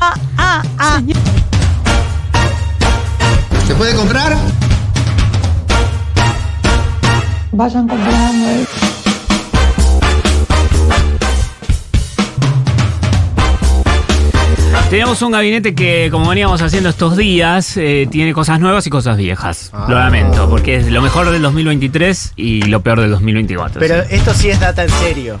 ah, ah. ¿Se puede comprar? Vayan comprando. eh. Tenemos un gabinete que, como veníamos haciendo estos días, eh, tiene cosas nuevas y cosas viejas. Ah. Lo lamento, porque es lo mejor del 2023 y lo peor del 2024. Pero sí. esto sí es data en serio.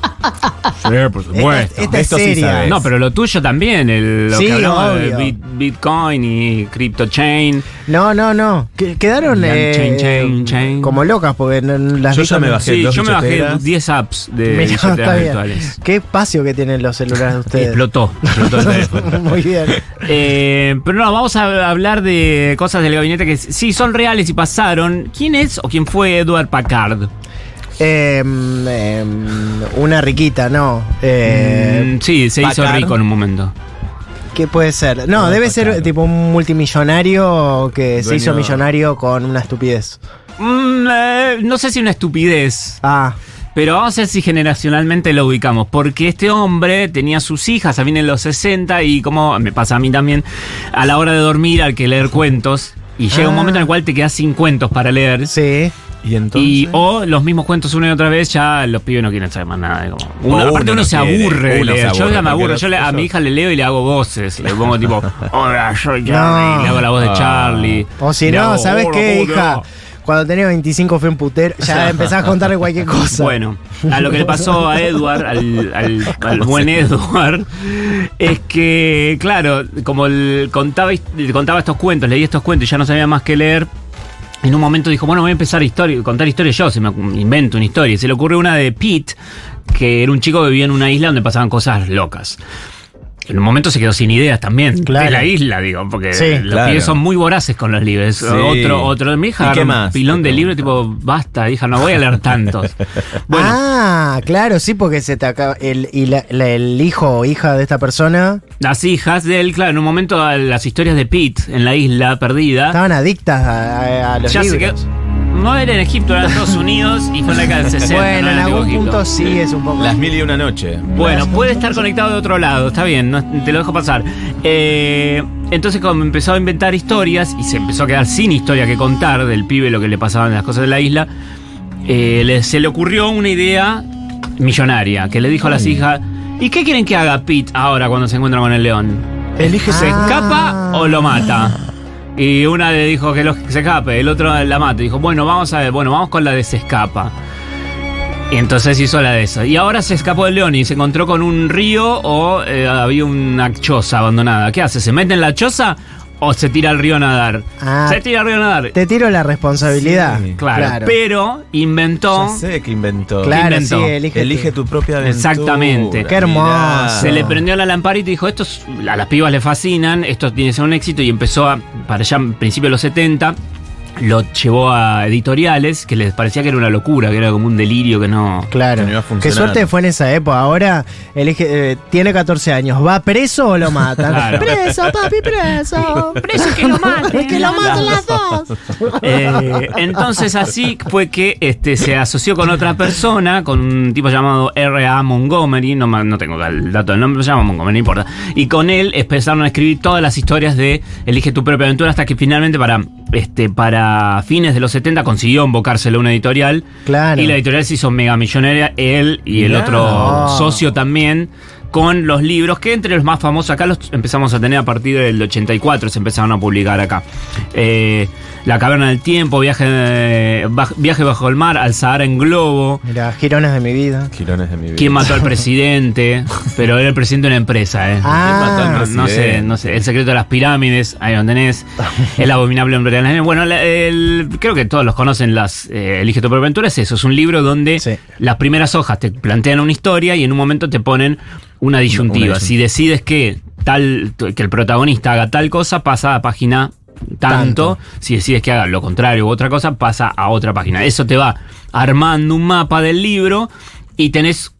por supuesto. esta- esta es Esto sí seria. sabes. No, pero lo tuyo también, el, lo Sí, que hablamos de obvio. Bit- Bitcoin y Crypto Chain. No, no, no. Que- Quedaron Chain, eh, chain, chain, chain. como locas porque no- no las Yo vi ya me con- bajé Sí, dos yo me bajé billeteras. 10 apps de Mirá, está billeteras bien. virtuales. Qué espacio que tienen los celulares de ustedes. Explotó, explotó el teléfono. Muy bien. Eh, pero no, vamos a hablar de cosas del gabinete que sí son reales y pasaron. ¿Quién es o quién fue Edward Packard? Em, em, una riquita, no. Eh, Mm, sí, se hizo Packard. rico en un momento. ¿Qué puede ser? No, debe ser claro. tipo un multimillonario que se Dueño- hizo millonario con una estupidez. Mm, eh, no sé si una estupidez, Ah, pero vamos a ver si generacionalmente lo ubicamos. Porque este hombre tenía sus hijas a fines de los 60 y como me pasa a mí también, a la hora de dormir hay que leer cuentos. Y llega un Ah. momento en el cual te quedas sin cuentos para leer. sí. Y entonces. Y o los mismos cuentos una y otra vez, ya los pibes no quieren saber más nada. de Como, uno, O aparte uno uno, no se quiere, aburre de uno se leer. Yo aburre, ya me porque aburro. los- Yo le- a mi esos- hija le leo y le hago voces. Le pongo tipo, hola, soy Charlie. No. Le hago la Ah. voz de Charlie. O si Le no, hago, ¿sabes "Hola, qué, hola". hija? Cuando tenés 25 fue un putero. Ya empezás a contarle cualquier cosa. Bueno, a lo que le pasó a Edward, al, al- al buen Edward, es que, claro, como él contaba, his- contaba estos cuentos, leí estos cuentos y ya no sabía más que leer, en un momento dijo, bueno, voy a empezar historia, contar historias yo, se me ocu- invento una historia. Y se le ocurrió una de Pete, que era un chico que vivía en una isla donde pasaban cosas locas. En un momento se quedó sin ideas también. Claro. De la isla, digo, porque Sí, los claro. pibes son muy voraces con los libros. Sí. Otro, otro, mi hija ¿Y qué agarra un más? pilón Te de libro, pregunto. tipo, basta, hija, no voy a leer tantos. Bueno, Ah, claro, sí, porque se te acaba. El, y la- la- el hijo o hija de esta persona las hijas de él, claro, en un momento a las historias de Pete en la isla perdida. estaban adictas a, a- a Ah, los ya se libros. quedó. No era en Egipto, era en Estados Unidos y fue en la década del 60. Bueno, no en era antiguo algún Egipto. punto sí es un poco. Las mil y una noche. Bueno, puede estar conectado de otro lado, está bien, no- te lo dejo pasar. Eh, entonces, como empezó a inventar historias y se empezó a quedar sin historia que contar del pibe lo que le pasaban las cosas de la isla, eh, le- se le ocurrió una idea millonaria que le dijo a las hijas: ¿Y qué quieren que haga Pete ahora cuando se encuentra con el león? ¿Elige se Ah. escapa o lo mata? Y una le dijo que lo- que se escape, el otro la mata. Dijo: Bueno, vamos a ver, bueno, vamos con la de se escapa. Y entonces hizo la de eso. Y ahora se escapó del león y se encontró con un río o eh, había una choza abandonada. ¿Qué hace? ¿Se mete en la choza o se tira al río a nadar? Ah. se tira al río a nadar. Te tiro la responsabilidad. Sí, claro. Pero inventó. Ya sé que inventó. Claro, inventó. sí, elige. Elige tu propia aventura. Exactamente. Qué hermoso. Mirá. Se le prendió la lamparita y dijo, esto es- a las pibas le fascinan, esto tiene que ser un éxito y empezó a, para allá, en principio de los 70, lo llevó a editoriales que les parecía que era una locura, que era como un delirio, que no... Claro. Que no iba a Qué funcionar. suerte fue en esa época. Ahora elige, eh, tiene 14 años. ¿Va preso o lo matan? Claro. Preso, papi, preso. Preso que lo maten. que lo maten las dos. Eh, entonces así fue que este, se asoció con otra persona, con un tipo llamado R.A. Montgomery, no, ma- no tengo el dato del nombre, se llama Montgomery, no importa. Y con él empezaron a escribir todas las historias de Elige tu propia aventura hasta que finalmente para, este, para fines de los 70 consiguió embocárselo a una editorial. Claro. Y la editorial se hizo mega millonaria, él y el Mirá. otro socio también, con los libros, que entre los más famosos acá los empezamos a tener a partir del 84, se empezaron a publicar acá. Eh, la Caverna del Tiempo, Viaje, eh, Baj- Viaje bajo el mar, Al Sahara en Globo. Mira, girones de mi vida. Girones de mi vida. ¿Quién mató al presidente? Pero era el presidente de una empresa, ¿eh? Ah, No, no sé, no sé. El secreto de las pirámides, ahí donde tenés. El abominable hombre de las neves. Bueno, la- el- creo que todos los conocen, las eh, Elige tu propia aventura. Es eso, es un libro donde Sí. las primeras hojas te plantean una historia y en un momento te ponen una disyuntiva. disyuntiva. si decides que, tal, que el protagonista haga tal cosa, pasa a página tanto. Tanto. Si decides que haga lo contrario u otra cosa, pasa a otra página. Eso te va armando un mapa del libro y tenés.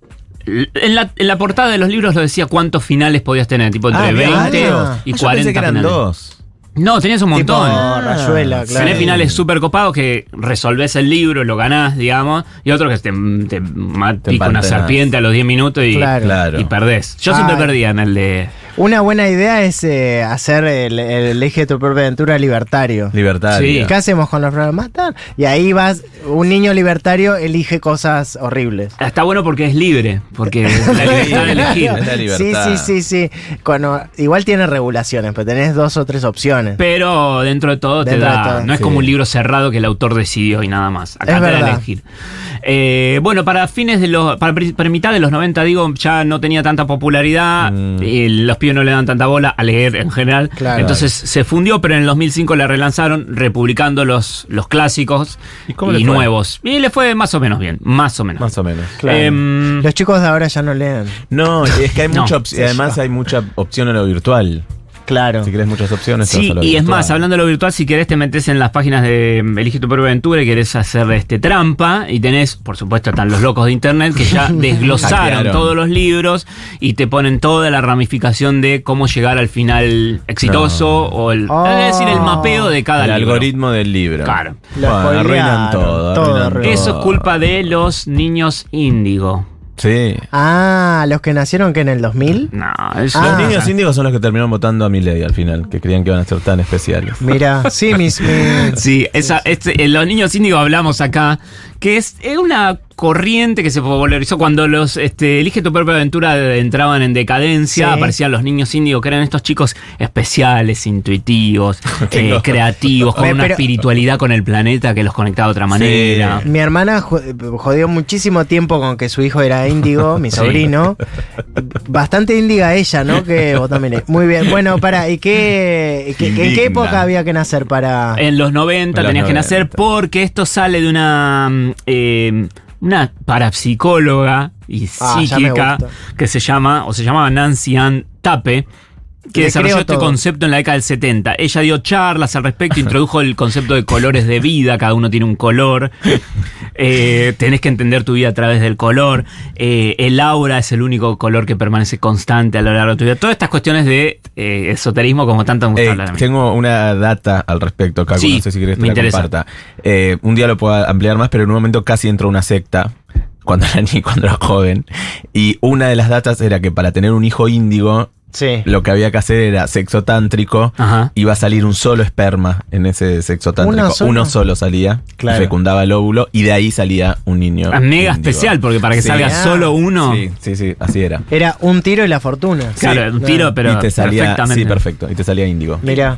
En la, en la portada de los libros lo decía cuántos finales podías tener, tipo entre Ah, bien. 20 Ah, y yo 40 pensé que eran finales. dos. ah, No, tenías un Tipo montón. Ah. Rayuela, Sí. claro. Tenés finales súper copados que resolvés el libro, lo ganás, digamos, y otro que te, te mata Te con una empantanás. serpiente a los 10 minutos y, Claro. Claro. y perdés. Yo siempre Ay. perdía en el de Una buena idea es eh, hacer el, el eje de tu propia aventura libertario. Libertaria. ¿Qué hacemos con los programas? Matar. Y ahí vas, un niño libertario elige cosas horribles. "Ah, Está bueno porque es libre, porque la libertad de elegir. Es la Sí, libertad. sí, sí, sí. Cuando, igual tiene regulaciones, pero tenés dos o tres opciones. Pero dentro de todo Dentro te de da. todo, no es sí. como un libro cerrado que el autor decidió y nada más. Es Acá te da a verdad. elegir. Eh, bueno, para fines de los. Para, pri- para mitad de los 90, digo, ya no tenía tanta popularidad. Mm. eh, los pibes no le dan tanta bola a leer en general. Claro. Entonces se fundió, pero en el 2005 la relanzaron republicando los, los clásicos ¿Y cómo le fue? nuevos. Y le fue más o menos bien. Más o menos. Más o menos. Claro. Em, Los chicos de ahora ya no leen. No, es que hay No. mucha op- y además hay mucha opción a lo virtual. Claro. Si querés muchas opciones, te Sí, vas a lo y es virtual. más, hablando de lo virtual, si querés te metes en las páginas de mm, Elige tu propia aventura y querés hacer este trampa y tenés, por supuesto, están los locos de internet que ya desglosaron Hackearon. todos los libros y te ponen toda la ramificación de cómo llegar al final exitoso o el, Oh. es decir, el mapeo de cada El libro. algoritmo del libro. Claro. Lo Bueno, spoilearon, arruinan todo. todo arruinan arruinan. Eso es culpa de los niños índigo. Sí. Ah, los que nacieron que en el 2000. No, eso Ah. Los niños índigos son los que terminaron votando a Milei al final, que creían que iban a ser tan especiales. Mira, sí, mis. mis- Sí, esa, este, eh, los niños índigos hablamos acá, que es, es una corriente que se popularizó cuando los este, Elige tu propia aventura entraban en decadencia, Sí. aparecían los niños índigos, que eran estos chicos especiales, intuitivos, eh, creativos, con Pero- una pero- espiritualidad con el planeta que los conectaba de otra manera. Mi hermana jo- jodió muchísimo tiempo con que su hijo era índigo, mi Sí. sobrino. Bastante índiga ella, ¿no? Que vos también. Muy bien. Bueno, para, ¿y qué, qué- en Indigna. qué época había que nacer para.? En los 90 En los tenías que 90. nacer porque esto sale de una mm, eh, una parapsicóloga y Ah, ya me psíquica gusta. que se llama o se llamaba Nancy Ann Tape que Le desarrolló creo este todo. concepto en la década del 70. Ella dio charlas al respecto, introdujo el concepto de colores de vida, cada uno tiene un color, eh, tenés que entender tu vida a través del color, eh, el aura es el único color que permanece constante a lo largo de tu vida. Todas estas cuestiones de eh, esoterismo como tanto me gusta Eh, hablar a mí. tengo una data al respecto, Caco, Sí, no sé si querés que me la interesa. comparta. Eh, un día lo puedo ampliar más, pero en un momento casi entró una secta cuando era ni cuando era joven. Y una de las datas era que para tener un hijo índigo, Sí. lo que había que hacer era sexo tántrico. Ajá. Iba a salir un solo esperma en ese sexo tántrico. ¿Uno solo? salía, Claro. fecundaba el óvulo y de ahí salía un niño. Ah, Mega índigo. especial, porque para que Sí. salga Ah, solo uno. Sí, sí, sí, así era. Era un tiro y la fortuna. Claro, un tiro, pero y te salía, perfectamente. sí, perfecto, y te salía índigo. Mira.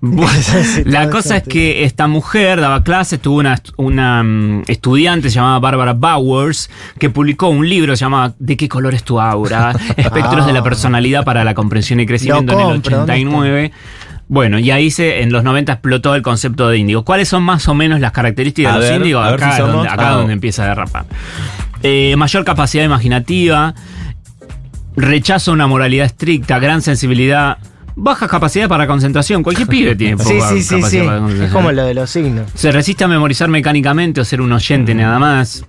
Bueno, Sí, la todo cosa es eso, que esta mujer daba clases, tuvo una, una mm, estudiante llamada Bárbara Bowers que publicó un libro llamado ¿De qué color es tu aura? Espectros Ah. de la personalidad para la comprensión y crecimiento Lo en el compro, ¿dónde 89. Bueno, y ahí se, en los 90 explotó el concepto de índigo. ¿Cuáles son más o menos las características A de los ver, índigos? a ver Acá, si somos- donde, acá ah. donde empieza a derrapar. Eh, mayor capacidad imaginativa, rechazo a una moralidad estricta, gran sensibilidad, baja capacidad para concentración. Cualquier pibe tiene poca Sí, sí, sí, capacidad sí. para concentración. Es como lo de los signos. Se resiste a memorizar mecánicamente o ser un oyente nada más.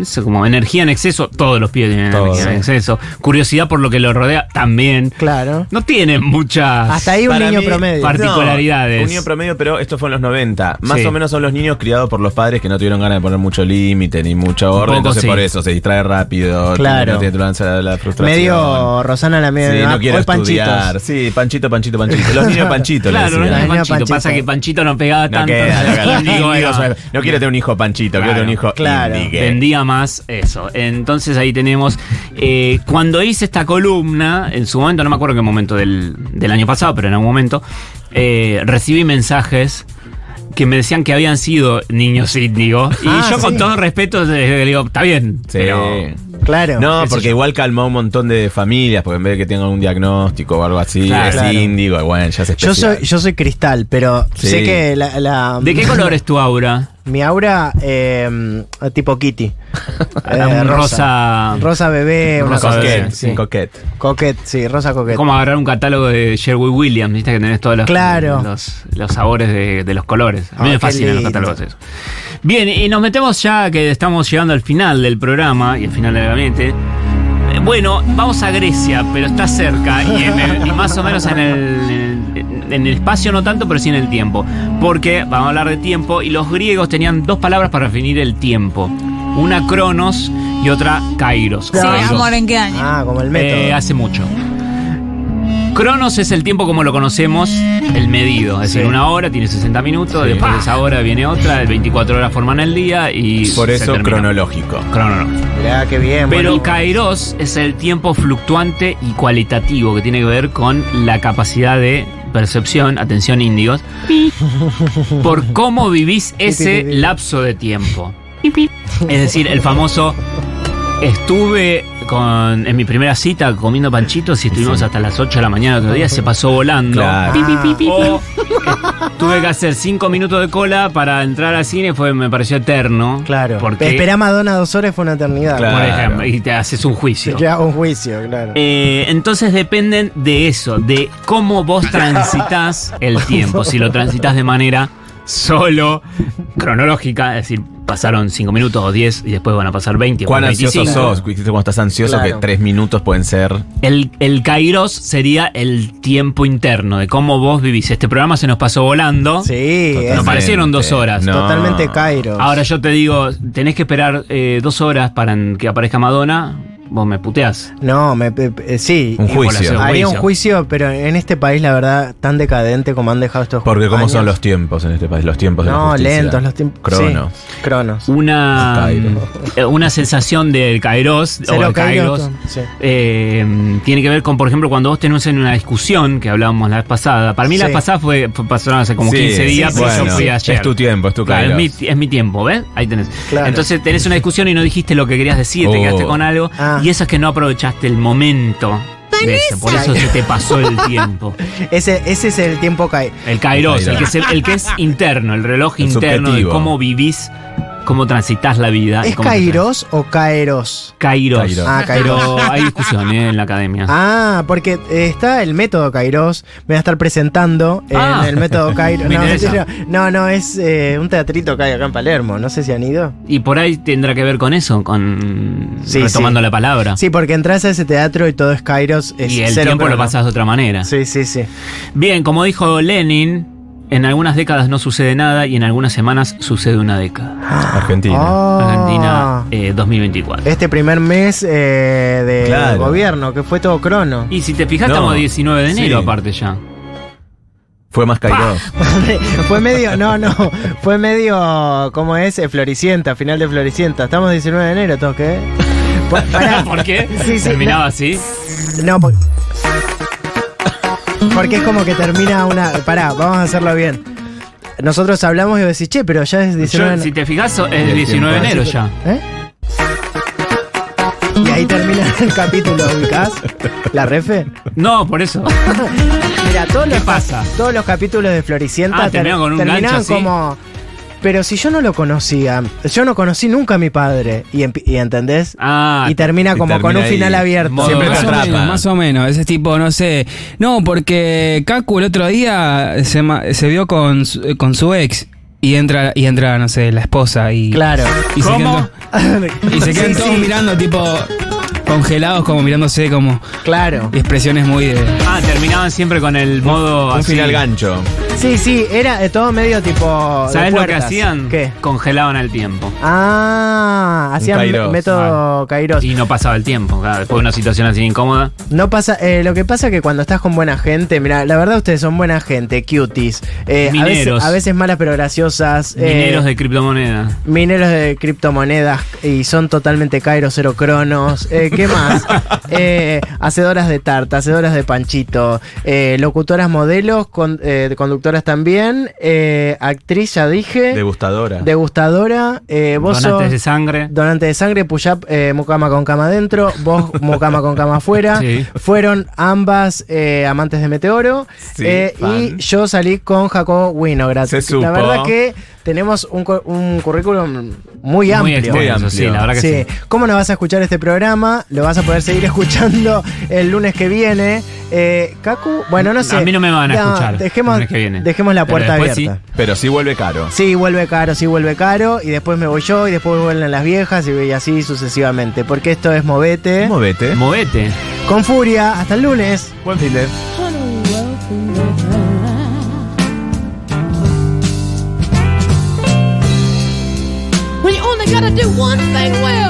Eso como energía en exceso, todos los pibes tienen Todos. energía en exceso. Curiosidad por lo que lo rodea también. Claro. No tienen muchas Hasta ahí un Para niño mí, promedio. par- Particularidades. No, un niño promedio, pero esto fue en los 90. Más Sí. o menos son los niños criados por los padres que no tuvieron ganas de poner mucho límite ni mucha orden. poco Entonces sí. por eso se distrae rápido. Claro. No tiene tolerancia a la frustración. Medio Rosana la media Sí, edad. no quiero Hoy panchitos. estudiar. Sí, panchito, panchito, panchito. Los niños panchito. le Claro, no decían. era Los niños Panchito. Panchito. Pasa que Panchito no pegaba no, tanto. queda, no, queda. Digo, Índigo, era- eso es. No quiero tener un hijo panchito, Claro, quiero tener un hijo claro. índigo. vendía más eso. Entonces ahí tenemos, eh, cuando hice esta columna, en su momento, no me acuerdo qué momento del, del año pasado, pero en algún momento, eh, recibí mensajes que me decían que habían sido niños índigo. Y Ah, yo con sí. todo respeto le digo, está bien, Sí. pero... Claro. No, qué sé porque yo. igual calmó un montón de familias, porque en vez de que tengan un diagnóstico o algo así, Claro. es Claro. índigo, y bueno, ya se Yo soy, yo soy cristal, pero Sí. sé que la, la- ¿De qué color es tu aura? Mi aura, eh, tipo Kitty. Era Eh, un rosa- Rosa bebé, una Rosa cosa así, bebé, Coquet, sí. sin coquet. Coquet, sí, rosa coquet. Es como agarrar un catálogo de Sherwood Williams, viste que tenés todos los, Claro. los, los sabores de, de los colores. A mí Ah, me qué fascinan los lindo. catálogos esos. Bien, y nos metemos ya que estamos llegando al final del programa y al final del gabinete. Eh, Bueno, vamos a Grecia, pero está cerca y, en el- y más o menos en el, en el espacio no tanto, pero sí en el tiempo. Porque vamos a hablar de tiempo y los griegos tenían dos palabras para definir el tiempo. Una cronos y otra kairos. Sí, o kairos. Eh, amor, ¿en qué año? Ah, como el método. Eh, hace mucho. Cronos es el tiempo como lo conocemos, el medido. Es decir, Sí. una hora tiene 60 minutos, Sí. después ¡Pah! de esa hora viene otra, el 24 horas forman el día y. Por se eso termina. cronológico. Cronológico. Mirá, qué bien. Pero bueno. Kairos es el tiempo fluctuante y cualitativo que tiene que ver con la capacidad de percepción, atención índigos, por cómo vivís ese lapso de tiempo. Es decir, el famoso estuve con, en mi primera cita comiendo panchitos y estuvimos hasta las 8 de la mañana el otro día, se pasó volando. Claro. Ah, O, eh, tuve que hacer 5 minutos de cola para entrar al cine, fue, me pareció eterno. claro. Porque, Esperar a Madonna dos horas fue una eternidad. Claro. por ejemplo, y te haces un juicio. Ya, un juicio, claro. Eh, entonces dependen de eso, de cómo vos transitas el tiempo. Si lo transitas de manera solo, cronológica, es decir, pasaron 5 minutos o 10 y después van a pasar 20 o ¿Cuán ansioso 25. sos? ¿Viste Cuando estás ansioso, Claro. que tres minutos pueden ser. El, el kairos sería el tiempo interno, de cómo vos vivís. Este programa se nos pasó volando. sí, Totalmente. es No parecieron dos horas. No. totalmente Cairo. Ahora yo te digo, tenés que esperar eh, dos horas para en- que aparezca Madonna, vos me puteás. No, me, pe- pe- eh, sí. Y vos Un la juicio. haces Haría un juicio, pero en este país, la verdad, tan decadente como han dejado estos Porque cómo años. son los tiempos en este país, los tiempos de la No, justicia. lentos los tiempos. Crono. Sí, cronos. una, Kairos. eh, una sensación del Kairos o Cero del Kairos. Kairos. Sí. eh, tiene que ver con, por ejemplo, cuando vos tenés en una discusión que hablábamos la vez pasada. Para mí la Sí. vez pasada fue, fue- pasaron hace como Sí, 15 sí, días, sí, pero bueno, yo fui ayer. Es tu tiempo, es tu Claro, kairos. es, mi, es mi tiempo, ¿ves? Ahí tenés. Claro. Entonces tenés una discusión y no dijiste lo que querías decir, te Oh. quedaste con algo. Ah. Y eso es que no aprovechaste el momento. de eso. Por eso se te pasó el tiempo. Ese, ese es el tiempo Cairo. El kairos, El el que, se- el que es interno, el reloj El interno subjetivo. de cómo vivís, cómo transitas la vida. Ah, y ¿Es cómo te Kairos o Kairos? Kairos. Kairos. Ah, Kairos. Pero hay discusión ¿eh? en la academia. Ah, porque eh, está el método Kairos. Me va a estar presentando en Ah. el método Kairos. Me No, interesa. mentira. no, no, es eh, un teatrito que hay acá en Palermo. No sé si han ido. Y por ahí tendrá que ver con eso, con Sí, retomando sí. la palabra. Sí, porque entras a ese teatro y todo es Kairos. Es Ah. y el cero tiempo lo crono. pasás de otra manera. Sí, sí, sí. Bien, como dijo Lenin, en algunas décadas no sucede nada y en algunas semanas sucede una década. Argentina. Oh. Argentina eh, 2024. Este primer mes eh, de Claro. gobierno, que fue todo crono. Y si te fijas, No. estamos a 19 de enero Sí. aparte ya. Fue más kairos. Ah, fue medio, no, no, fue medio, ¿cómo es? Eh, Floricienta, final de Floricienta. Estamos 19 de enero, ¿todos qué? Pa- pará. ¿Por qué? Ah. Sí, sí, Terminaba así. No, por- porque es como que termina una. Pará, vamos a hacerlo bien. Nosotros hablamos y vos decís, che, pero ya es Yo, 19 de si te fijas, es el 19 de tiempo. enero ya. ¿Eh? Y ahí termina el capítulo, ubicás la refe. No, por eso. Mira, todos ¿Qué los, pasa? todos los capítulos de Floricienta Ah, terminan con un gancho terminaban así. como. Pero si yo no lo conocía, yo no conocí nunca a mi padre. ¿Y, empi- y entendés? Ah, y termina y como con termina un ahí. final abierto. Modo- Siempre te más o atrapa. menos, más o menos. Ese tipo, no sé. No, porque Kaku el otro día se, ma- se vio con, su- con su ex y entra, y entra, no sé, la esposa y. Claro. y se ¿Cómo? quedan to- y se quedan Sí, todos sí, mirando, tipo. Congelados, como mirándose, como. Claro. y Expresiones muy de. ah, terminaban siempre con el modo Un así. final gancho. Sí, sí, era de todo medio tipo. de ¿Sabes lo que puertas. hacían? ¿Qué? Congelaban el tiempo. Ah, hacían Un Kairos. método Kairos. Y no pasaba el tiempo, claro, después de una situación así incómoda. No pasa, eh, lo que pasa que cuando estás con buena gente, mira, la verdad ustedes son buena gente, cuties. Eh, a, Mineros. veces, a veces malas pero graciosas. eh, Mineros de criptomonedas. mineros de criptomonedas y son totalmente Kairos, cero cronos. Eh, ¿Qué más? Eh, hacedoras de tarta, hacedoras de panchito, eh, locutoras modelos, con- eh, conductoras también, eh, actriz, ya dije. Degustadora. Degustadora, eh, vos Donantes sos de sangre. donante de sangre, push-up, eh, mucama con cama adentro, vos mucama con cama afuera. Sí. Fueron ambas eh, amantes de Meteoro. Sí, eh, y fan. yo salí con Jacob Winograd. Se supo. La verdad que tenemos un, cu- un currículum muy Muy amplio. extenso, amplio. sí, la verdad que sí. Sí. ¿Cómo no vas a escuchar este programa? Lo vas a poder seguir escuchando el lunes que viene. Eh, Kaku, bueno, no sé. A mí no me van a escuchar Dejemos, el lunes que viene. dejemos la Pero puerta después abierta. Pero sí vuelve caro. Sí, vuelve caro, sí, vuelve caro. Y después me voy yo, y después vuelven las viejas, y- y así sucesivamente. Porque esto es Movete. Movete. Movete. Con furia, hasta el lunes. Buen fin de- When you only gotta do one thing well.